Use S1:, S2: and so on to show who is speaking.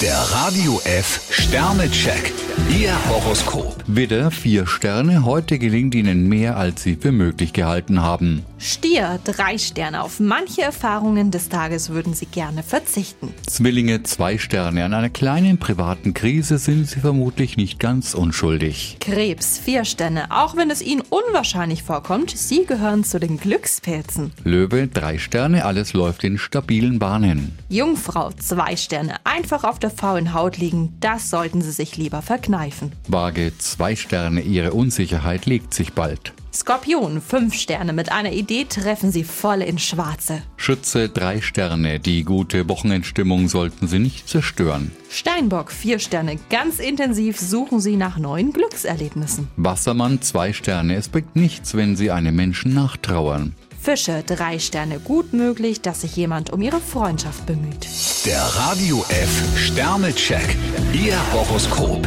S1: Der Radio F Sternecheck. Ihr Horoskop.
S2: Widder, vier Sterne, heute gelingt Ihnen mehr, als Sie für möglich gehalten haben.
S3: Stier, drei Sterne. Auf manche Erfahrungen des Tages würden Sie gerne verzichten.
S2: Zwillinge, zwei Sterne, an einer kleinen privaten Krise sind Sie vermutlich nicht ganz unschuldig.
S3: Krebs, vier Sterne. Auch wenn es Ihnen unwahrscheinlich vorkommt, Sie gehören zu den Glückspilzen.
S2: Löwe, drei Sterne, alles läuft in stabilen Bahnen.
S3: Jungfrau, zwei Sterne. Einfach auf der faulen Haut liegen, das sollten Sie sich lieber verkneifen.
S2: Waage, zwei Sterne, Ihre Unsicherheit legt sich bald.
S3: Skorpion, fünf Sterne. Mit einer Idee treffen Sie voll ins Schwarze.
S2: Schütze, drei Sterne, die gute Wochenendstimmung sollten Sie nicht zerstören.
S3: Steinbock, vier Sterne. Ganz intensiv suchen Sie nach neuen Glückserlebnissen.
S2: Wassermann, zwei Sterne, es bringt nichts, wenn Sie einem Menschen nachtrauern.
S3: Fische, drei Sterne. Gut möglich, dass sich jemand um Ihre Freundschaft bemüht.
S1: Der Radio F Sternecheck. Ihr Horoskop.